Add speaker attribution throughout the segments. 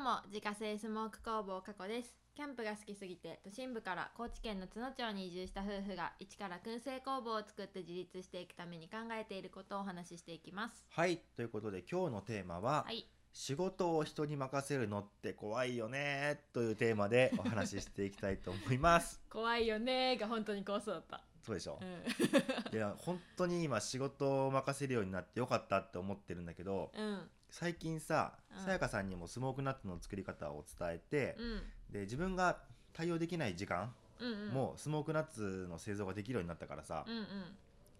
Speaker 1: も自家製スモーク工房過去ですキャンプが好きすぎて都心部から高知県の津野町に移住した夫婦が一から燻製工房を作って自立していくために考えていることをお話ししていきます
Speaker 2: はいということで今日のテーマは、
Speaker 1: はい
Speaker 2: 仕事を人に任せるのって怖いよねというテーマでお話ししていきたいと思います
Speaker 1: 怖いよねーが本当に怖そうだった
Speaker 2: そうでし ょ
Speaker 1: う、ん
Speaker 2: いや本当に今仕事を任せるようになってよかったって思ってるんだけど
Speaker 1: うん
Speaker 2: 最近さ
Speaker 1: うん
Speaker 2: さやかさんにもスモークナッツの作り方を伝えて
Speaker 1: う、ん
Speaker 2: で自分が対応できない時間
Speaker 1: うんうん
Speaker 2: もスモークナッツの製造ができるようになったからさ、
Speaker 1: うんうん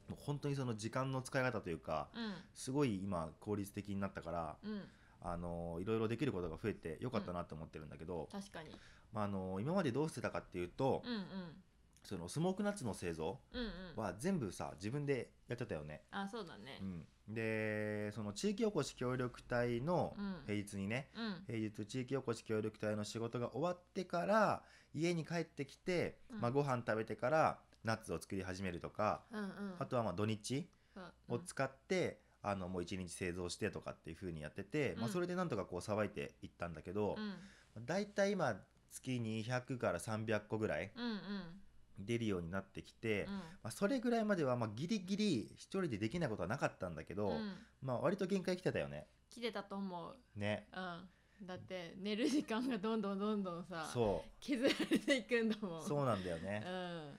Speaker 2: もう本当にその時間の使い方というか
Speaker 1: うん
Speaker 2: すごい今効率的になったから
Speaker 1: うん
Speaker 2: あのいろいろできることが増えてよかったなと思ってるんだけど、
Speaker 1: 確かに
Speaker 2: まあ、あの今までどうしてたかっていうと、
Speaker 1: うんうん
Speaker 2: そのスモークナッツの製造
Speaker 1: うんうん
Speaker 2: は全部さ自分でやってたよね。
Speaker 1: あそうだね
Speaker 2: うん、でその地域おこし協力隊の
Speaker 1: うん
Speaker 2: 平日にね、
Speaker 1: うん
Speaker 2: 平日地域おこし協力隊の仕事が終わってから家に帰ってきて、
Speaker 1: うん
Speaker 2: まあ、ご飯食べてからナッツを作り始めるとか、
Speaker 1: うんうん
Speaker 2: あとはまあ土日
Speaker 1: そう
Speaker 2: を使って、あのもう1日製造してとかっていう風にやってて、
Speaker 1: う
Speaker 2: まあ、
Speaker 1: ん
Speaker 2: それでなんとかこうさばいていったんだけど
Speaker 1: うん、
Speaker 2: だいたい今月200から300個ぐらい
Speaker 1: うんうん
Speaker 2: 出るようになってきて、
Speaker 1: うん
Speaker 2: まあ、それぐらいまではまあギリギリ一人でできないことはなかったんだけど、
Speaker 1: うん
Speaker 2: まあ、割と限界来てたよね。
Speaker 1: 来てたと思う
Speaker 2: ね
Speaker 1: うんだって寝る時間がどんどんどんどんさ
Speaker 2: そ
Speaker 1: 削られていくんだもん
Speaker 2: うそうなんだよ
Speaker 1: う
Speaker 2: ね
Speaker 1: ん、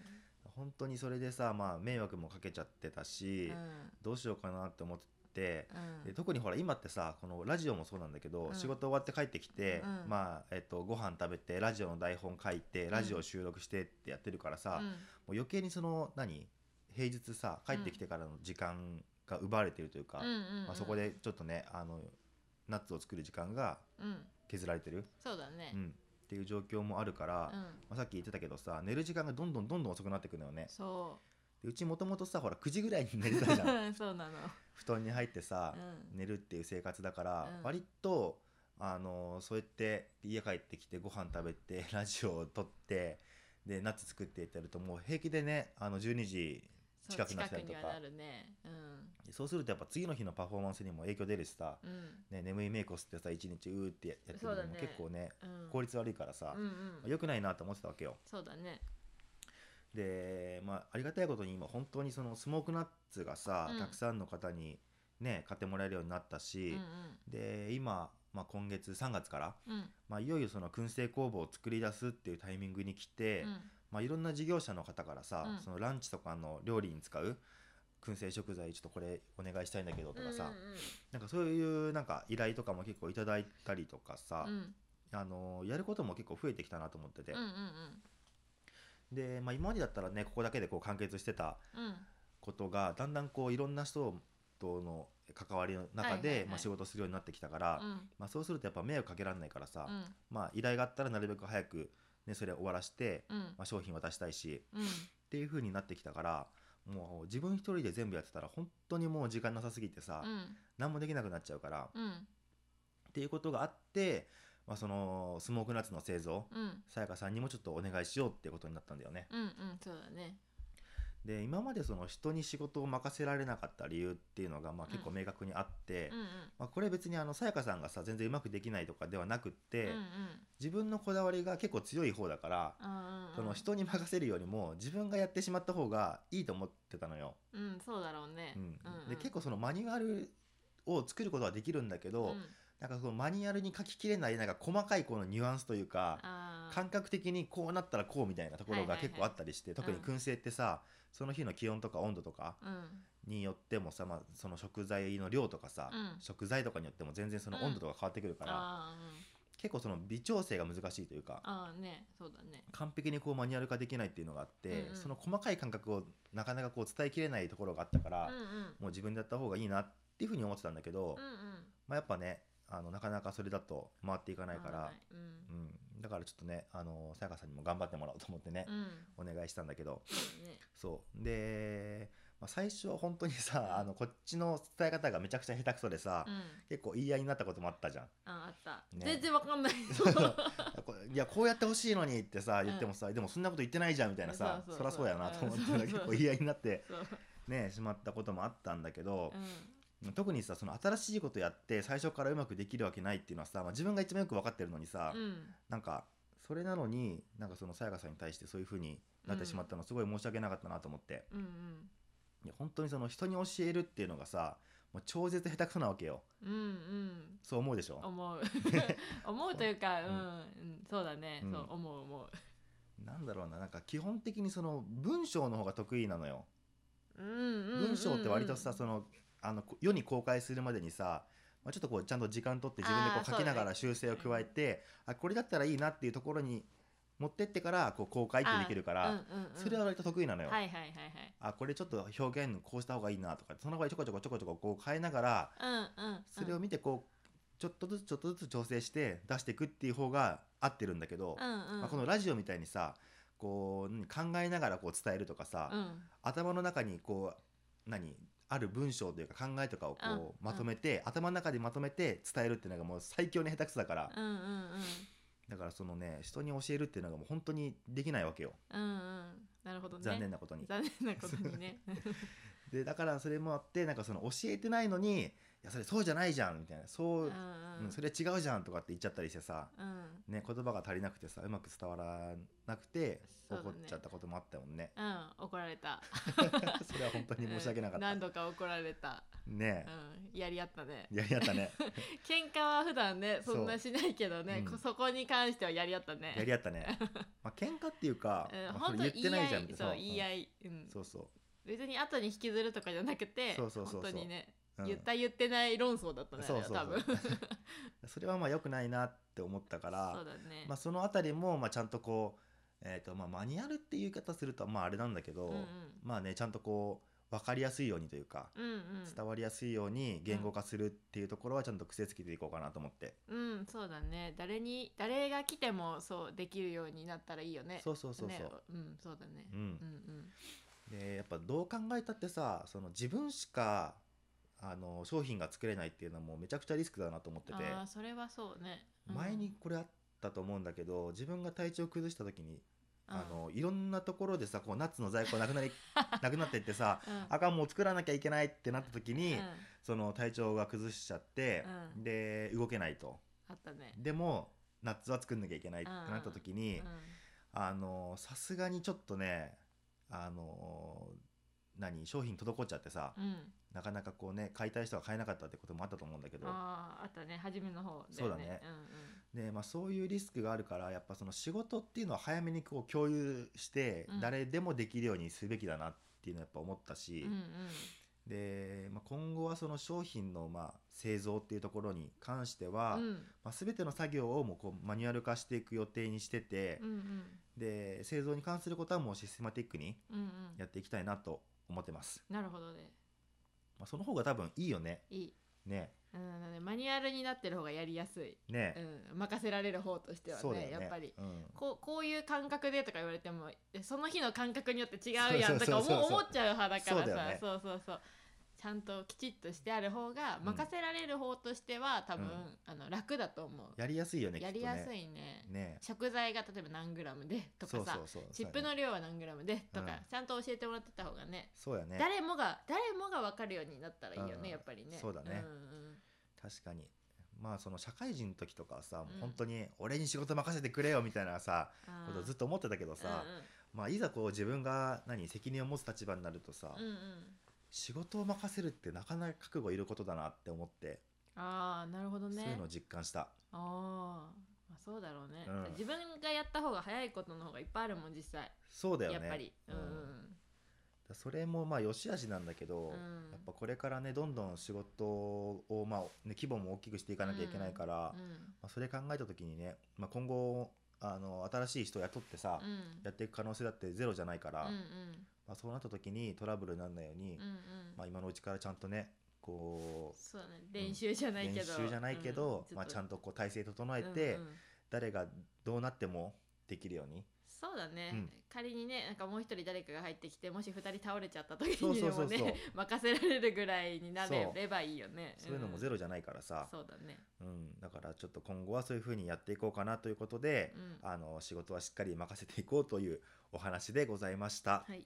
Speaker 2: 本当にそれでさ、まあ、迷惑もかけちゃってたし、
Speaker 1: うん
Speaker 2: どうしようかなって思って、
Speaker 1: う
Speaker 2: で
Speaker 1: ん
Speaker 2: 特にほら今ってさこのラジオもそうなんだけど、
Speaker 1: うん
Speaker 2: 仕事終わって帰ってきて、
Speaker 1: うん
Speaker 2: まあえっと、ご飯食べてラジオの台本書いてラジオ収録してってやってるからさ、
Speaker 1: う
Speaker 2: も
Speaker 1: ん
Speaker 2: う余計にその何平日さ帰ってきてからの時間が奪われてるというか、
Speaker 1: うんうんうん
Speaker 2: まあ、そこでちょっとねあのナッツを作る時間が
Speaker 1: うん
Speaker 2: 削られてる、
Speaker 1: そうだね
Speaker 2: うん、っていう状況もあるから、
Speaker 1: うん
Speaker 2: まあ、さっき言ってたけどさ寝る時間がどんどんどんどん遅くなってくるのよね
Speaker 1: そ
Speaker 2: でうちもともとさほら9時ぐらいに寝て
Speaker 1: う
Speaker 2: たじゃ ん
Speaker 1: そうなの
Speaker 2: 布団に入ってさ
Speaker 1: う、ん
Speaker 2: 寝るっていう生活だから、
Speaker 1: うん
Speaker 2: 割とあのそうやって家帰ってきてご飯食べてラジオを撮ってでナッツ作ってってやるともう平気でねあの12時
Speaker 1: そう
Speaker 2: 近くなったりとか
Speaker 1: 近くにはなるねうん
Speaker 2: そうするとやっぱ次の日のパフォーマンスにも影響出るしさ、
Speaker 1: うん
Speaker 2: ね、眠いメイクを吸ってさ一日うーってやって
Speaker 1: そう
Speaker 2: る
Speaker 1: だ
Speaker 2: の
Speaker 1: ね
Speaker 2: も結構ね
Speaker 1: うん
Speaker 2: 効率悪いからさ、
Speaker 1: うんうん
Speaker 2: 良くないなと思ってたわけよ
Speaker 1: そうだね
Speaker 2: で、まあ、ありがたいことに今本当にそのスモークナッツがさ、
Speaker 1: うん
Speaker 2: たくさんの方にね買ってもらえるようになった
Speaker 1: うんう
Speaker 2: し、
Speaker 1: ん
Speaker 2: で今、まあ、今月3月から、
Speaker 1: うん
Speaker 2: まあ、いよいよその燻製工房を作り出すっていうタイミングに来て、
Speaker 1: うん
Speaker 2: まあ、いろんな事業者の方からさ、
Speaker 1: うん
Speaker 2: そのランチとかの料理に使う燻製食材ちょっとこれお願いしたいんだけどとかさ、なんかそういうなんか依頼とかも結構いただいたりとかさ、
Speaker 1: うんうん
Speaker 2: あのやることも結構増えてきたなと思ってて、
Speaker 1: うんうん
Speaker 2: で、まあ、今までだったらねここだけでこう完結してた
Speaker 1: うんうん
Speaker 2: ことがだんだんこういろんな人との関わりの
Speaker 1: はいは
Speaker 2: 中で、
Speaker 1: いはい
Speaker 2: まあ、仕事するようになってきたから、
Speaker 1: うん
Speaker 2: まあ、そうするとやっぱ迷惑かけられないからさ、
Speaker 1: うん
Speaker 2: まあ、依頼があったらなるべく早く、ね、それ終わらして、
Speaker 1: うん
Speaker 2: まあ、商品渡したいし
Speaker 1: うん
Speaker 2: っていう風になってきたからもう自分一人で全部やってたら本当にもう時間なさすぎてさ、
Speaker 1: うん
Speaker 2: 何もできなくなっちゃうから、
Speaker 1: うん
Speaker 2: っていうことがあって、まあ、そのスモークナッツの製造、
Speaker 1: うん
Speaker 2: さやかさんにもちょっとお願いしようってことになったんだよね。
Speaker 1: うんうんそうだね
Speaker 2: で今までその人に仕事を任せられなかった理由っていうのがまあ
Speaker 1: うん
Speaker 2: 結構明確にあって、
Speaker 1: うんうん
Speaker 2: まあ、これ別にあのさやかさんがさ全然うまくできないとかではなくっ
Speaker 1: う
Speaker 2: て、
Speaker 1: んうん
Speaker 2: 自分のこだわりが結構強い方だから、
Speaker 1: あー
Speaker 2: その人に任せるよりも自分がやってしまった方がいいと思ってたのよ。
Speaker 1: うんそうだろうね、
Speaker 2: うん
Speaker 1: うん
Speaker 2: で結構そのマニュアルを作ることはできるんだけ
Speaker 1: う
Speaker 2: ど、
Speaker 1: ん
Speaker 2: なんかそのマニュアルに書ききれないなんか細かいこのニュアンスというか、
Speaker 1: あー
Speaker 2: 感覚的にこうなったらこうみたいなところ
Speaker 1: はいはいは
Speaker 2: が
Speaker 1: い
Speaker 2: 結構あったりして、特
Speaker 1: う
Speaker 2: に燻製ってさ、その日の気温とか温度とか
Speaker 1: うん
Speaker 2: によってもさ、まあ、その食材の量とかさ、
Speaker 1: うん
Speaker 2: 食材とかによっても全然その温度とか変わってくるから、
Speaker 1: あーうん
Speaker 2: 結構その微調整が難しいというか
Speaker 1: あーねそうだね
Speaker 2: 完璧にこうマニュアル化できないっていうのがあって、
Speaker 1: うんうん
Speaker 2: その細かい感覚をなかなかこう伝えきれないところがあったから、
Speaker 1: うんうん
Speaker 2: もう自分でやった方がいいなっていうふうに思ってたんだけ
Speaker 1: う
Speaker 2: ど、
Speaker 1: んうん
Speaker 2: まあ、やっぱねあのなかなかそれだと回っていかないか
Speaker 1: 合わ
Speaker 2: ら
Speaker 1: な、いうん
Speaker 2: うん、だからちょっとねあのさやかさんにも頑張ってもらおうと思ってね
Speaker 1: う、ん
Speaker 2: お願いしたんだけど
Speaker 1: そうだね
Speaker 2: そうで、まあ、最初は本当にさあのこっちの伝え方がめちゃくちゃ下手くそでさ、
Speaker 1: うん
Speaker 2: 結構言い合いになったことも あったじゃん
Speaker 1: ああった
Speaker 2: ね
Speaker 1: 全然わかんない
Speaker 2: こういやこうやってほしいのにってさ言ってもさ、でもそんなこと言ってないじゃんみたいなさ
Speaker 1: そう
Speaker 2: そ
Speaker 1: そう
Speaker 2: り
Speaker 1: そ
Speaker 2: ゃ
Speaker 1: う
Speaker 2: そうやなと思って
Speaker 1: うん
Speaker 2: 結構言い合いになって
Speaker 1: そう
Speaker 2: ねしまったこともあったんだけど
Speaker 1: う、ん
Speaker 2: 特にさその新しいことやって最初からうまくできるわけないっていうのはさ、まあ自分が一番よく分かってるのにさ、
Speaker 1: うん
Speaker 2: なんかそれなのになんかそのさやかさんに対してそういう風になってしまったのすごい申し訳なかったなと思って、
Speaker 1: うんうん
Speaker 2: いや本当にその人に教えるっていうのがさもう超絶下手くそなわけよ
Speaker 1: うんうん
Speaker 2: そう思うでしょ
Speaker 1: 思 う思うというかうん、うん、そうだね、
Speaker 2: うん
Speaker 1: そう思う思う
Speaker 2: なんだろうななんか基本的にその文章の方が得意なのよ、
Speaker 1: 文
Speaker 2: 文章って割とさそのあのこ世に公開するまでにさまあちょっとこうちゃんと時間取って自分でこ
Speaker 1: あー
Speaker 2: う書きなが
Speaker 1: そうだね
Speaker 2: ら修正を加えてあ,、これだったらいいなっていうところに持ってってからこう公開ってできるから、それは割と得意なのよ、
Speaker 1: はいはいはい
Speaker 2: あこれちょっと表現こうした方がいいなとかその場合ちょこちょこちょこちょここう変えながら
Speaker 1: はいうんうんうん
Speaker 2: それを見てこうちょっとずつちょっとずつ調整して出していくっていう方が合ってるんだけど、
Speaker 1: うんうん、
Speaker 2: まあ、このラジオみたいにさこう何考えながらこう伝えるとかさ、
Speaker 1: うん
Speaker 2: 頭の中にこう何ある文章というか考えとかを
Speaker 1: うん
Speaker 2: こうまとめて、頭の中でまとめて伝えるっていうのがもう最強に下手くそだから、
Speaker 1: うんうんうん
Speaker 2: だからそのね人に教えるっていうのがもう本当にできないわけよ
Speaker 1: うんうんなるほどね
Speaker 2: 残念なことに。
Speaker 1: 残念なことに ね
Speaker 2: でだからそれもあってなんかその教えてないのに「いやそれそうじゃないじゃん」みたいな「そうう、
Speaker 1: んう
Speaker 2: うんんそれは違うじゃん」とかって言っちゃったりしてさ、
Speaker 1: うん
Speaker 2: ね、言葉が足りなくてさうまく伝わらなくて
Speaker 1: そうだね
Speaker 2: 怒っちゃったこともあったも んね
Speaker 1: うん怒られた
Speaker 2: それは本当に申し訳なか
Speaker 1: うん
Speaker 2: った、
Speaker 1: 何度か怒られた
Speaker 2: ね
Speaker 1: うんやり合ったね
Speaker 2: えやりやった ね
Speaker 1: 喧嘩は普段ねそんなしないけどね
Speaker 2: そううん
Speaker 1: こそこに関してはやり合ったね
Speaker 2: やりやったねまあ喧嘩っていうか、
Speaker 1: うん
Speaker 2: まあ
Speaker 1: 本当
Speaker 2: それ
Speaker 1: に
Speaker 2: 言
Speaker 1: 言
Speaker 2: って
Speaker 1: い
Speaker 2: な
Speaker 1: 合
Speaker 2: いじゃんっ
Speaker 1: い
Speaker 2: て
Speaker 1: そう言い合
Speaker 2: い、
Speaker 1: いうん
Speaker 2: そうそ
Speaker 1: 別に後に引きずるとかじゃなくて
Speaker 2: そうそうそうそう
Speaker 1: 本当にね
Speaker 2: う、うん
Speaker 1: 言った言ってない論争だったねあれ
Speaker 2: そう
Speaker 1: は
Speaker 2: そう
Speaker 1: 多分
Speaker 2: そう それはまあ良くないなって思ったから
Speaker 1: そうだね
Speaker 2: まあ、そのあたりも、まあ、ちゃんとこう、えーとまあ、マニュアルっていう言い方するとまああれなんだけど、
Speaker 1: うんうん
Speaker 2: まあねちゃんとこう分かりやすいようにというか、
Speaker 1: うんうん
Speaker 2: 伝わりやすいように言語化するっていうところはちゃんと癖つけていこうかなと思って、
Speaker 1: うんそうだね誰に誰が来てもそうできるようになったらいいよね
Speaker 2: そうそうそうそう、
Speaker 1: ねうんそうだね
Speaker 2: うん
Speaker 1: うん
Speaker 2: でやっぱどう考えたってさその自分しかあの商品が作れないっていうのはもうめちゃくちゃリスクだなと思って
Speaker 1: うん
Speaker 2: て
Speaker 1: ああそれはそうねうん
Speaker 2: 前にこれあったと思うんだけど自分が体調崩した時に
Speaker 1: うん
Speaker 2: あのいろんなところでさこうナッツの在庫なくなり なくなってってさ
Speaker 1: うん
Speaker 2: あかんもう作らなきゃいけないってなった時
Speaker 1: う
Speaker 2: に、
Speaker 1: ん
Speaker 2: その体調が崩しちゃって、
Speaker 1: うん
Speaker 2: で動けないと
Speaker 1: あったね
Speaker 2: でもナッツは作んなきゃいけないってなった時に、
Speaker 1: う
Speaker 2: あのさすがにちょっとねあの何商品滞っちゃってさ、
Speaker 1: んうん
Speaker 2: なかなかこうね買いたい人が買えなかったってこともあったと思うんだけど、
Speaker 1: あああったね初めの方だよ
Speaker 2: そうだね
Speaker 1: うん
Speaker 2: でまあ、そういうリスクがあるからやっぱその仕事っていうのは早めにこう共有して
Speaker 1: うん
Speaker 2: 誰でもできるようにすべきだなっていうのはやっぱ思ったし、
Speaker 1: うんうんうん
Speaker 2: で、まあ、今後はその商品のまあ製造っていうところに関しては、
Speaker 1: うん
Speaker 2: まあ、全ての作業をもうこうマニュアル化していく予定にしてて、
Speaker 1: うんうん
Speaker 2: で製造に関することはもうシステマティックに
Speaker 1: うんうん
Speaker 2: やっていきたいなと思ってます、
Speaker 1: なるほどね
Speaker 2: まあ、その方が多分いいよね
Speaker 1: いい
Speaker 2: ね
Speaker 1: うんなのでマニュアルになってる方がやりやすい
Speaker 2: ね
Speaker 1: うん任せられる方としては
Speaker 2: そうだ
Speaker 1: ね
Speaker 2: よね
Speaker 1: やっぱり
Speaker 2: うん
Speaker 1: こうこういう感覚でとか言われてもえその日の感覚によって違うやんとか
Speaker 2: そうそうそうそう
Speaker 1: 思う思っちゃう派だから
Speaker 2: そうだ
Speaker 1: さ
Speaker 2: よね
Speaker 1: そうそうそうちゃんときちっとしてある方が
Speaker 2: うん
Speaker 1: 任せられる方としては多分、
Speaker 2: うん
Speaker 1: あの楽だと思う
Speaker 2: やりやすいよね
Speaker 1: やりやす
Speaker 2: きっ
Speaker 1: いね
Speaker 2: とねね
Speaker 1: 食材が例えば何グラムでとかさ
Speaker 2: そうそうそう
Speaker 1: チップの量は何グラムでとか、
Speaker 2: うん
Speaker 1: ちゃんと教えてもらってた方がね
Speaker 2: そうやね
Speaker 1: 誰もが誰もが分かるようになったらいいよね、
Speaker 2: うん
Speaker 1: やっぱりね
Speaker 2: そうだね確かにまあその社会人の時とかはさ、もう本当に俺に仕事任せてくれよみたいなさ、ことずっ
Speaker 1: と
Speaker 2: と思ってたけどさ、まあいざこう自分が何責任を持つ立場になるとさ、
Speaker 1: うんうんうんうん
Speaker 2: 仕事を任せるってなかなか覚悟いることだなって思って、
Speaker 1: ああなるほどね
Speaker 2: そういうのを実感した
Speaker 1: あーまあそうだろうね、
Speaker 2: うん
Speaker 1: 自分がやった方が早いことの方がいっぱいあるもん実際、
Speaker 2: そうだよね
Speaker 1: やっぱりうん
Speaker 2: だそれもまあ良し悪しなんだけど、
Speaker 1: うん
Speaker 2: やっぱこれからねどんどん仕事を、まあね、規模も大きくしていかなきゃいけないから、
Speaker 1: う
Speaker 2: ま
Speaker 1: ん
Speaker 2: あ、それ考えた時にね、まあ、今後あの新しい人を雇ってさ、
Speaker 1: うんうん
Speaker 2: やっていく可能性だってゼロじゃないから、
Speaker 1: うん
Speaker 2: まあ、そうなった時にトラブルにならないように、
Speaker 1: うんうんうん
Speaker 2: まあ、今のうちからちゃんとねこ
Speaker 1: そうだね練習じゃ
Speaker 2: う
Speaker 1: ない
Speaker 2: 練
Speaker 1: けど、
Speaker 2: 習じゃないけど、
Speaker 1: う
Speaker 2: まあ、ちゃん
Speaker 1: と
Speaker 2: とこう体制整えて、
Speaker 1: うんうん
Speaker 2: 誰がどうなってもできるように
Speaker 1: そうだね、
Speaker 2: うん
Speaker 1: 仮にねなんかもう一人誰かが入ってきてもし二人倒れちゃった時
Speaker 2: そう
Speaker 1: に
Speaker 2: そ
Speaker 1: で
Speaker 2: うそ
Speaker 1: も
Speaker 2: うそう
Speaker 1: ね 任せられるぐらいになれればいいよね
Speaker 2: そういうのもゼ
Speaker 1: ロ
Speaker 2: ロじゃないからさ、
Speaker 1: そうだね
Speaker 2: うんだからちょっと今後はそういう風にやっていこうかなということで
Speaker 1: う、ん
Speaker 2: あの仕事はしっかり任せていこうというお話でございました、
Speaker 1: はい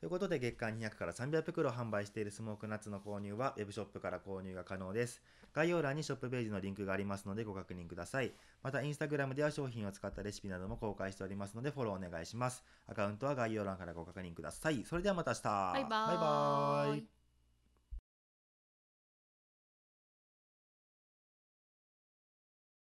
Speaker 2: ということで月間200から300袋販売しているスモークナッツの購入はウェブショップから購入が可能です。概要欄にショップページのリンクがありますのでご確認ください。またインスタグラムでは商品を使ったレシピなども公開しておりますのでフォローお願いします。アカウントは概要欄からご確認ください。それではまた明日。バ
Speaker 1: バイバーイ
Speaker 2: バイバーイ